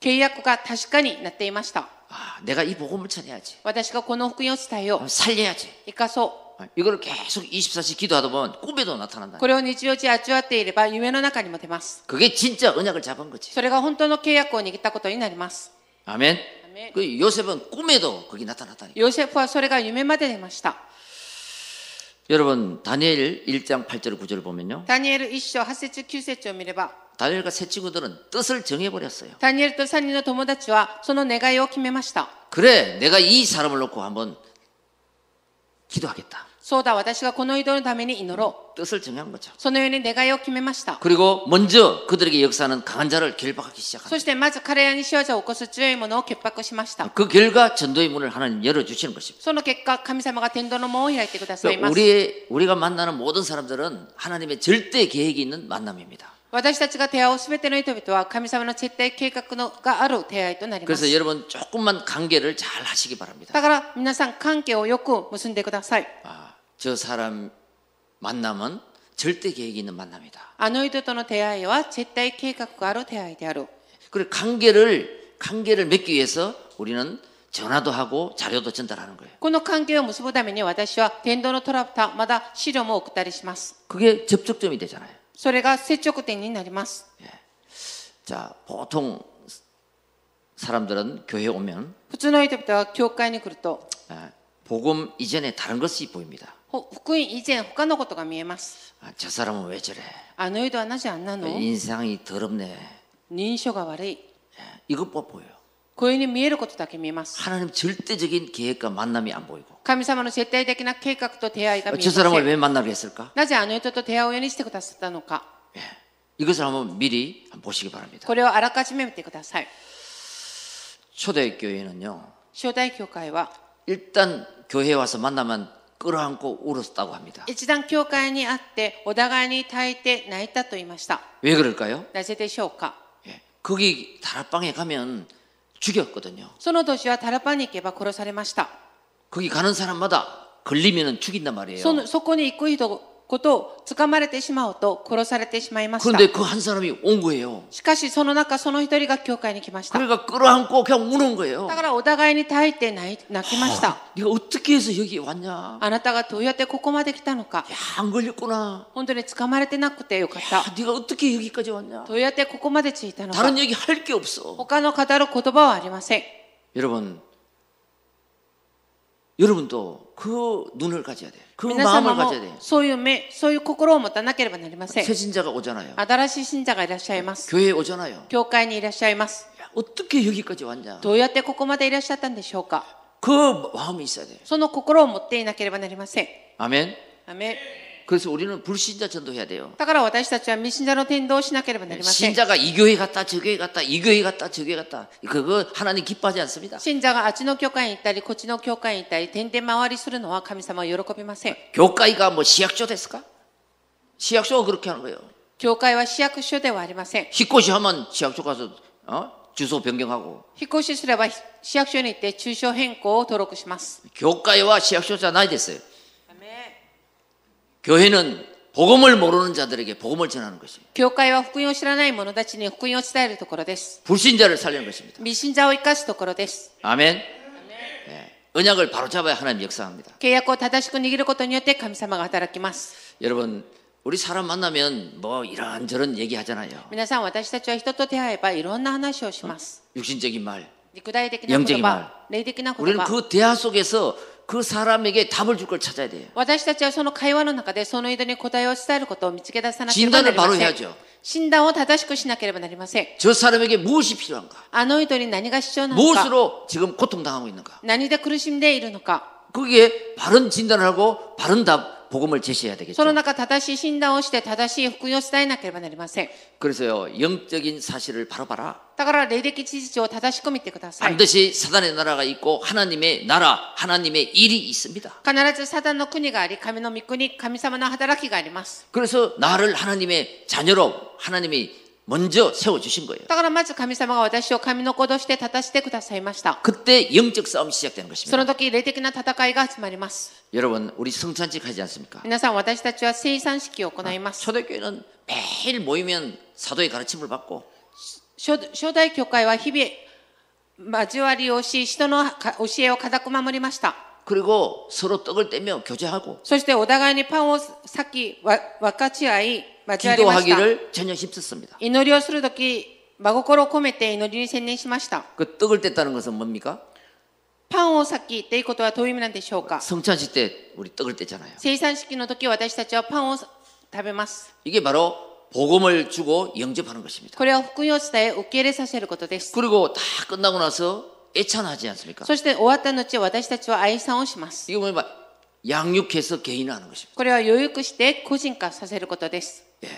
契約が確かになっていました。 아, 내가 이 복음을 전해야지. 私がこの福音を伝えよ 아, 살려야지. う。生かそ 아, 이걸 계속 24시 기도하다 보면 꿈에도 う。 나타난다. これを日常中味わっていれば、夢の中にも出ます。 그게 진짜 언약을 잡은 거지. それが本当の契約を握ったことになります。 아멘. 아멘. 그 요셉은 꿈에도 그게 나타났다니. ヨセフはそれが夢まで出ました。 여러분, 다니엘 1장 8절 9절을 보면요. ダニエル1章8節9節を見れば、 다니엘과 세 친구들은 뜻을 정해버렸어요. ダニエルと3人の友達はその願いを決めました。 그래, 내가 이 사람을 놓고 한번 기도하겠다. そうだ、私がこの移動のために祈ろ 뜻을 정한 거죠. う。そのように願いを決めました。 그리고 먼저 그들에게 역사하는 강한 자를 결박하기 시작합니다. そしてまず彼らに使用者を起こす強いものを潔白しました。 그 결과 전도의 문을 하나님 열어주시는 것입니다. その結果、神様が天道の門を開いてください 그러니까 ます。 우리의, 우리가 만나는 모든 사람들은 하나님의 절대 계획이 있는 만남입니다. 私たちが出会うすべての人々は神様の絶対計画のがある出会いとなります 그래서 。 여러분 조금만 관계를 잘 하시기 바랍니다. だから皆さん関係をよく結んでください。 아, 저 사람 만남은 절대 계획이 있는 만남이다. あの人との出会いは絶対計画がある出会いである。 그리고 관계를 관계를 맺기 위해서 우리는 전화도 하고 자료도 전달하는 거예요. この関係を結ぶために私は天道のトラプター、まだ資料も送ったりします。 그게 접촉점이 되잖아요. それが接触点になります。 자, 보통 사람들은 교회 오면 普通の人々は教会に来ると、 아, 복음 이전에 다른 것이 보입니다. ほ福音以前他のことが見えます。 아, 저 사람은 왜 저래? あの人はなぜあんなの 인상이 더럽네. 認証が悪い。 이것만 보여요. こういうふうに見えることだけ見えます。 하나님 절대적인 계획과 만남이 안 보이고 神様の絶対的な計画と出会いが 어, 見え 저 ませ 사람을 ん。 왜 만나게 했을까? 예. なぜあの人と出会うようにしてくださったのか。 이것을 한번 미리 한번 보시기 바랍니다. これをあらかじめ見てください。 초대교회는요. 招待教会は、 일단 교회 와서 만나면 끌어안고 울었다고 합니다. 一段教会にあって、お互いに抱いて泣いたと言いました。 왜 그럴까요? なぜでしょうか 예. 거기 다락방에 가면 죽였거든요. その年はタラパに行けば殺されました。 거기 가는 사람마다 걸리면 죽인단 말이에요. そのそこに行く人ことを掴まれてしまうと殺されてしまいました。 그런데 그 한 사람이 온 거예요. しかしその中その一人が教会に来ました。だ 그러니까 끌어안고 그냥 우는 거예요. からお互いに耐えて泣い泣きました。 네가 어떻게 해서 여기 왔냐? あなたがどうやってここまで来たのか。 야, 안 걸렸구나. 本当に掴まれてなくてよかっ 야, た。 네가 어떻게 여기까지 왔냐? どうやってここまでついたのか。 다른 얘기 할 게 없어. 他の語る言葉はありません。 여러분, 여러분도 그 눈을 가져야 돼. 그 皆 마음을 様も 가져야 돼. そういう目、そういう心を持たなければなりません 새 。 신자가 오잖아요. 新しい信者がいらっしゃいます。 교회에 오잖아요. 教会にいらっしゃいます。 야, 어떻게 여기까지 왔냐? どうやってここまでいらっしゃったんでしょうか。 그 마음이 있어야 돼. その心を持っていなければなりません。 아멘. アメ 그래서 우리는 불신자 전도해야 돼요. だから私たちは未信者の伝道をしなければなりません。 신자가 이 교회 갔다 저 교회 갔다 이 교회 갔다 저 교회 갔다 그거 하나님 기뻐하지 않습니다. 信者があっちの教会に行ったり、こっちの教会に行ったり、点々回りするのは神様は喜びません。 교과가 뭐 시약조 됐을까? 시약조가 그렇게 하는 거예요. 教会は市役所ではありません。 희꼬시 하면 시약조 가서 어? 주소 변경하고 引っ越しすれば市役所に行って中小変更を登録します。 교과와 시약조자 나이 됐어요. 교회는 복음을 모르는 자들에게 복음을 전하는 것입니다. 教会は福音を知らない者たちに福音を伝えるところです。 불신자를 살리는 것입니다. 未信者を生かすところです。 아멘. 네. 언약을 바로잡아야 하나님 역사합니다. 契約を正しく握ることによって神様が働きます。 여러분, 우리 사람 만나면 뭐 이런저런 얘기하잖아요. 皆さん、私たちは人と出会えばいろんな話をします。 육신적인 말. 肉体的な言 영적인말 葉、霊的な言 우리는 葉。 그 대화 속에서 그 사람에게 답을 줄 걸 찾아야 돼요. 私たちはその会話の中でその間に答えを伝えることを見つけ出さなければなりま 진단을바로해 せ 야죠 ん。診断を正しくしなければなりません。 저 사람에게 무엇이 필요한가? あの人に何が必要なのか、 무엇으로 지금 고통당하고 있는가? 何で苦しんでいるのか、 거기에 바른 진단을 하고 바른 답, 복음을 제시해야 その 되겠죠. 中正しい診断をして正しい福音を伝えなければなりません。 그래서요, 영적인 사실을 바로 봐라. だから、霊的事実を正しく見てください。必 반드시 사단의 나라가 있고 하나님의 나라, 하나님의 일이 있습니다. ずサタンの国があり、神の御国、神様の働きがあります。 그래서 나를 하나님의 자녀로 하나님이 먼저 세워주신 거예요. だから、まず神様が私を神の子として立たせてくださいました。 그때 영적 싸움이 시작되는 その 것입니다. 時、霊的な戦いが始まります。 여러분, 우리 성찬식 하지 않습니까? 皆さん、私たちは生産式を行います。 초대교회는 매일 모이면 사도의 가르침을 받고 初初代教会は日々交わりをし、人のか教えを固く守りました。 그리고 서로 떡을 떼며 교제하고 そしてお互いにパンを裂き、わ分かち合い、交わりました。 기도하기를 전혀 힘썼습니다. 祈りをするとき、真心を込めて祈りに専念しました。 그 떡을 뗐다는 것은 뭡니까? パンを裂きっていうことはどういう意味なんでしょうか 성찬식 때 우리 떡을 뗐잖아요. 生産式の時私たちはパンを食べます。 이게 바로 복음을 주고 영접하는 것입니다. これは福音を伝え、受け入れさせることです。 그리고 다 끝나고 나서 애찬하지 않습니까? そして終わった後、私たちは愛産をします。 이게 뭐냐? 양육해서 개인화하는 것입니다. これは余裕して個人化させることです。 예.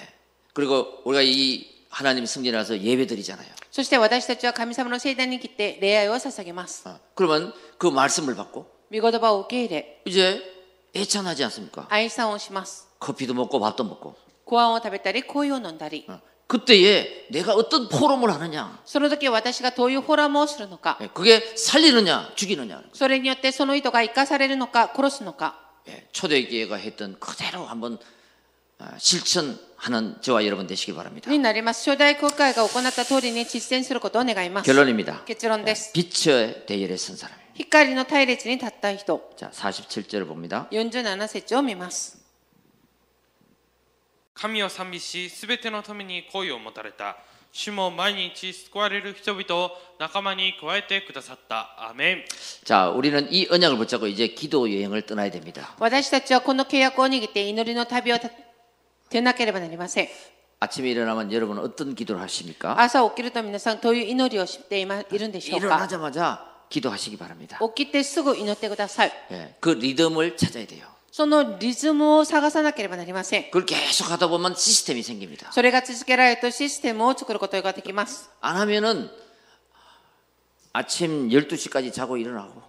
그리고 우리가 이 하나님 승리라서 예배드리잖아요. そして私たちは神様の聖壇に来て礼愛を捧げます。 어, 그러면 그 말씀을 받고 御言葉を受け入れ、 이제 애찬하지 않습니까? 愛産をします。 커피도 먹고 밥도 먹고 ご飯を食べたり、恋を飲んだり。 어, 그때에 내가 어떤 포럼을 하느냐 その時私がどういうフォラムをするのか、 예, 그게 살리느냐 죽이느냐 それによってその人が生かされるのか、殺すのか、 예, 초대교회가 했던 그대로 한번 아, 실천하는 저와 여러분 되시길 바랍니다. になります。初代国会が行った通りに実践することを願います。 결론입니다. 結論です。 빛의 대열에 선 사람입니다. 光の隊列に立った人、 자 47절을 봅니다. 47節を見ます。神を賛美し、すべての富に恋を持たれた。主も毎日救われる人々を仲間に加えてくださった。アーメン。 자 우리는 이 언약을 붙잡고 이제 기도 여행을 떠나야 됩니다. 私たちはこの契約を握って祈りの旅を立てなければなりません。 아침에 일어나면 여러분은 어떤 기도를 하십니까? 朝起きると皆さん、どういう祈りをしていまいるんでしょうか 일어나자마자 기도하시기 바랍니다. 起きてすぐ祈ってください。 예, 그 리듬을 찾아야 돼요. そのリズムを探さなければなりません。 그걸 계속 하다 보면 시스템이 생깁니다. それが続けられるとシステムを作ることができます。 안 하면은 아침 12시까지 자고 일어나고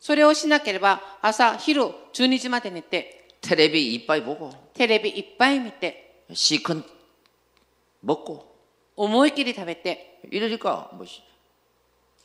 それをしなければ朝昼12時まで寝て 텔레비 이빨 보고 テレビいっぱい見て 시큰 먹고 思い切り食べて 이러니까 뭐 시-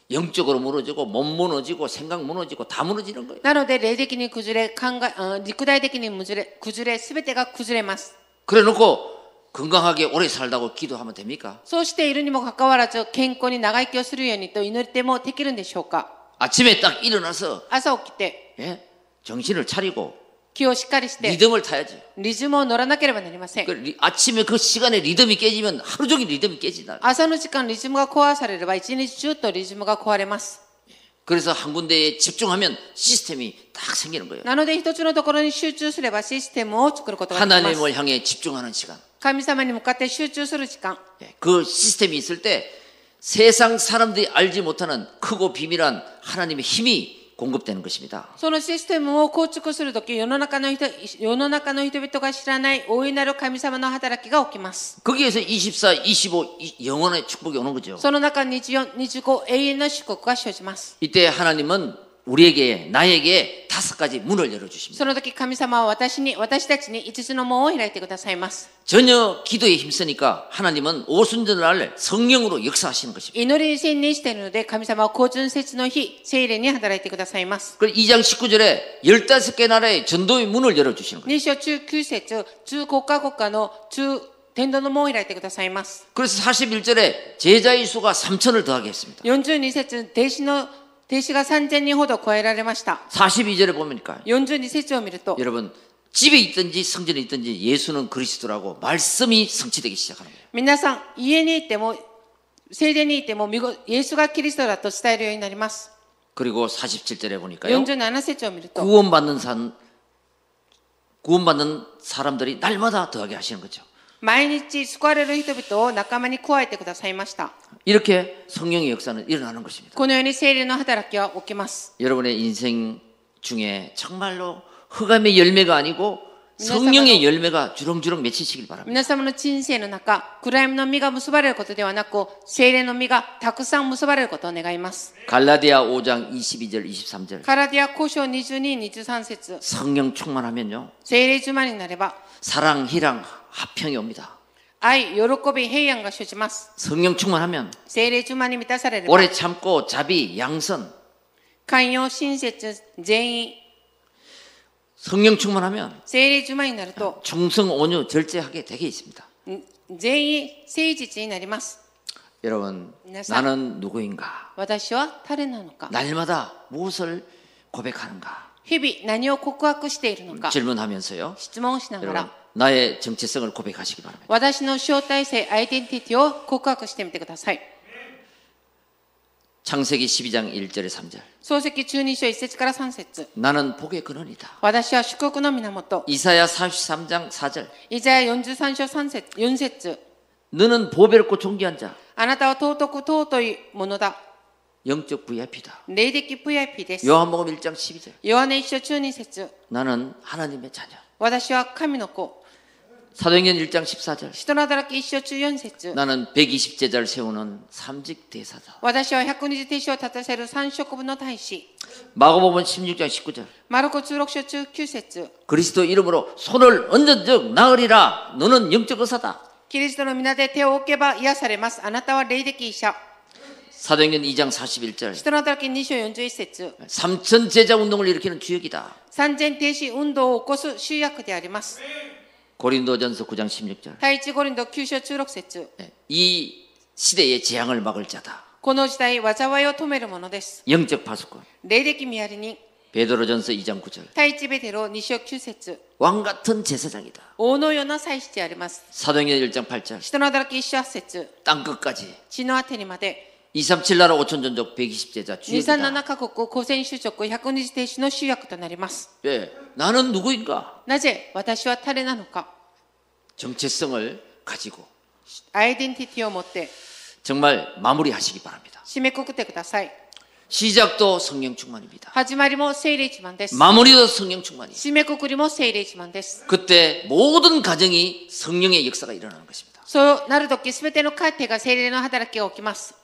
영적으로 무너지고 몸 무너지고 생각 무너지고 다 무너지는 거예요. なので霊的に崩れ考えあ肉体的に崩れ崩れ全てが崩れます 그래 놓고 건강하게 오래 살다고 기도하면 됩니까? そうしているにもかかわらず健康に長生きをするようにと祈ってもできるんでしょうか 아침에 딱 일어나서 朝起きて 예? 정신을 차리고 気をしっかりして 리듬을 타야지. リズムを乗らなければなりません 그 리- 아침에 그 시간에 리듬이 깨지면 하루 종일 리듬이 깨지다. 朝の時間リズムが壊されれば一日中とリズムが壊れます 그래서 한 군데에 집중하면 시스템이 딱 생기는 거예요. なので一つのところに集中すればシステムを作ることができます 하나님을 향해 집중하는 시간. 神様に向かって集中する時間 예, 그 시스템이 있을 때 세상 사람들이 알지 못하는 크고 비밀한 하나님의 힘이 공급되는 것입니다. そのシステムを構築するとき、世の中の人、世の中の人々が知らない大いなる神様の働きが起きます。 거기에서 24, 25 이- 영원의 축복이 오는 거죠. その中に24、25、永遠の祝福が生じます。 이때 하나님은 우리에게 나에게 다섯 가지 문을 열어주십니다. その時神様は私に、私たちに5つの門を開いてくださいます。 전혀 기도에 힘쓰니까 하나님은 오순절 날 성령으로 역사하시는 것입니다. 祈りに専念しているので、神様は高純節の日、聖霊に働いてくださいます。 그리고 2장 19절에 15개 나라의 전도의 문을 열어주시는 거예요. 2章中9節、中国家国家の中天道の門を開いてくださいます。 그래서 41절에 제자의 수가 3천을 더하게 했습니다. 42節、弟子の、弟子が3000人ほど超えられました。 42절에 보니까 42節を見ると、 여러분 집에 있든지 성전에 있든지 예수는 그리스도라고 말씀이 성취되기 시작하는 거예요. 皆さん、家にいても、聖殿にいても、見ごイエスがキリストだと伝えるようになります。 그리고 47절에 보니까요. 47節を見ると、 구원받는 산 구원받는 사람들이 날마다 더하게 하시는 거죠. 毎日救われる人々を仲間に加えてくださいました。 이렇게 성령의 역사는 일어나는 것입니다. このように聖霊の働きは起きます。 여러분의 인생 중에 정말로 흑암의 열매가 아니고 성령의 열매가 주렁주렁 맺히시길 바랍니다. 皆様の人生の中、暗闇の実が結ばれることではなく、聖霊の実がたくさん結ばれることを願います。 갈라디아 5장 22절 23절 カラディア交渉22、23節 성령 충만하면요 聖霊充満になれば、 사랑, 희랑, 합평이 옵니다. 愛、喜び、平安が生じます。 성령 충만하면 聖霊充満に満たされれば、 오래 참고 자비, 양선 寛容、親切、全員、 성령 충만하면 聖霊充満になると、 충성, 온유, 절제하게 되게 있습니다. ん全員誠実になります。 여러분 안녕하세요. 나는 누구인가 私は誰なのか 날마다 무엇을 고백하는가 日々何を告白しているのか 질문하면서요 質問をしなが 여러분 ら 나의 정체성을 고백하시기 바랍니다. 私の招待性、アイデンティティを告白してみてください。 창세기 12장 1절에 3절 漱石中二章1節から3節 나는 복의 근원이다. 私は祝福の源。 이사야 43장 4절 イザヤ43章3節4節 너는 보배롭고 존귀한 자 あなたは尊く尊いものだ。 영적 VIP다. 霊的 VIP です。 요한복음 1장 12절 ヨハネ一章中二節 나는 하나님의 자녀. 私は神の子。 사도행전 1장 14절 人の働き一章中4節 나는 120제자를 세우는 삼직 대사다. 私は百二十手章を立たせる三職分の大使。 마가복음 16장 19절 マルコ16章中9節 그리스도 이름으로 손을 얹은 즉 나으리라 너는 영적 의사다. キリストの皆で手を置けば癒されます。あなたは霊的医者。 사도행전 2장 41절 人の働き2章41節 삼천 제자 운동을 일으키는 주역이다. 三千停止運動を起こす集約であります。 고린도전서 9장 16절 네, 第一五輪の9章16節 이 시대의 재앙을 막을 자다. この時代、災いを止めるものです。 영적 파수꾼 霊的見やり人。 베드로전서 2장 9절 第一ベテロ2章9節 왕 같은 제사장이다. 王のような祭司であります。 사도행전 1장 8절 人の働き1章8節 땅 끝까지 血のあてにまで237 나라 5천 전족 120 제자 237 주역이다. カ国公選就職120停止の集約となります。 예, 나는 누구인가? なぜ私は誰なのか 정체성을 가지고 アイデンティティを持って 정말 마무리하시기 바랍니다. 締めくくってください。 시작도 성령 충만입니다. 始まりも聖霊自慢です。 마무리도 성령 충만이에요. 締めくくりも聖霊自慢です。 그때 모든 가정이 성령의 역사가 일어나는 것입니다. そうなるとき、すべての家庭が聖霊の働きが起きます。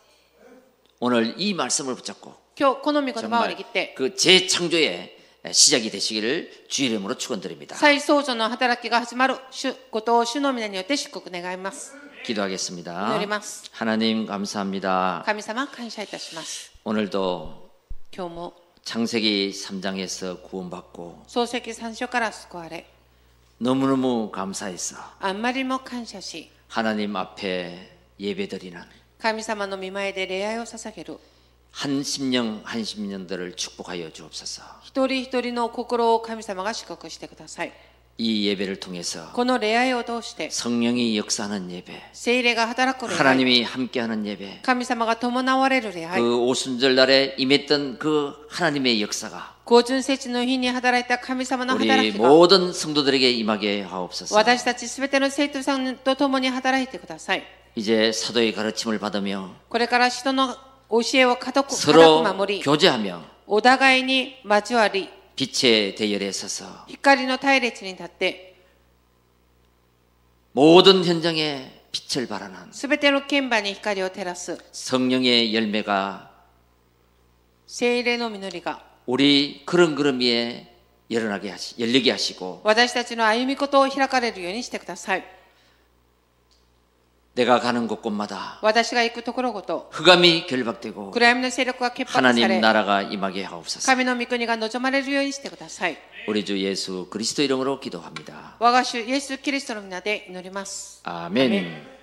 오늘 이 말씀을 붙잡고 今日、この御言葉を 정말 握って、 그 재창조의 시작이 되시기를 주 이름으로 축원드립니다. 再創造の働きが始まる主ことを主の皆によって祝福願います。 기도하겠습니다. 기도드리마스. 하나님 감사합니다. 神様、感謝いたします。 오늘도 今日も、 창세기 3장에서 구원받고 漱石三章から救われ、 너무너무 감사해서 あんまりも感謝し、 하나님 앞에 예배드리는 神様の御前で礼拝を捧げる、 한 심령 한 심령들을 축복하여 주옵소서. 一人一人の心を神様が祝福してください。 이 예배를 통해서 この礼拝を通して、 성령이 역사하는 예배, 聖霊が働く礼拝、 하나님이 함께하는 예배, 神様が伴われる礼拝、 그 오순절 날에 임했던 그 하나님의 역사가 高純節の日に働いた神様の 우리 働きが 모든 성도들에게 임하게 하옵소서. 私たちすべての生徒さんと共に働いてください。 이제 사도의 가르침을 받으며 これから人の教えを固く固 서로 く守り、 교제하며 お互いに交わり、 빛의 대열에 서서 光の隊列に立って、 모든 현장에 빛을 발하는 すべての剣馬に光を照らす 성령의 열매가 聖霊の実りが 우리 그름그름이에 열어나게 하시, 열리게 하시고 私たちの歩みことを開かれるようにしてください。 내가 가는 곳곳마다 私が行くところごと、 흑암이 결박되고 暗闇の勢力が潔白さ 하나님 れ、 나라가 임하게 하옵소서. 神の御国が望まれるようにしてください。 우리 주 예수 그리스도 이름으로 기도합니다. 我が主イエス・キリストの皆で祈ります。 아멘. 아멘.